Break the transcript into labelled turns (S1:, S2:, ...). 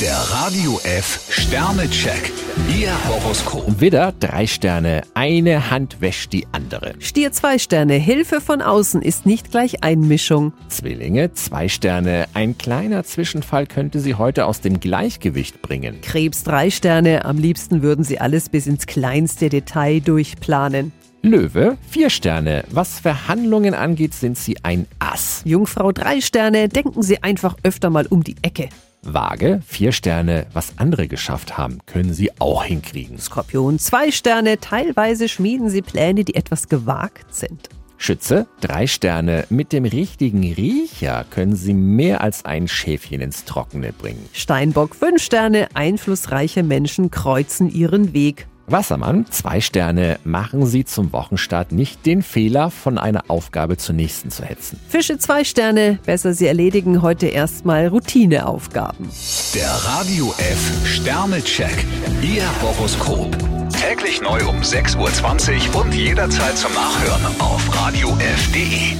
S1: Der Radio F Sternecheck. Ihr Horoskop.
S2: Widder, drei Sterne. Eine Hand wäscht die andere.
S3: Stier zwei Sterne, Hilfe von außen ist nicht gleich Einmischung.
S2: Zwillinge, zwei Sterne. Ein kleiner Zwischenfall könnte sie heute aus dem Gleichgewicht bringen.
S3: Krebs drei Sterne, am liebsten würden Sie alles bis ins kleinste Detail durchplanen.
S2: Löwe, vier Sterne. Was Verhandlungen angeht, sind sie ein Ass.
S3: Jungfrau drei Sterne, denken Sie einfach öfter mal um die Ecke.
S2: Waage, vier Sterne. Was andere geschafft haben, können sie auch hinkriegen.
S3: Skorpion zwei Sterne, teilweise schmieden Sie Pläne, die etwas gewagt sind.
S2: Schütze, drei Sterne. Mit dem richtigen Riecher können sie mehr als ein Schäfchen ins Trockene bringen.
S3: Steinbock fünf Sterne, einflussreiche Menschen kreuzen ihren Weg.
S2: Wassermann, zwei Sterne. Machen Sie zum Wochenstart nicht den Fehler, von einer Aufgabe zur nächsten zu hetzen.
S3: Fische zwei Sterne, besser Sie erledigen heute erstmal Routineaufgaben.
S1: Der Radio F Sternecheck. Ihr Horoskop. Täglich neu um 6.20 Uhr und jederzeit zum Nachhören auf Radio radiof.de.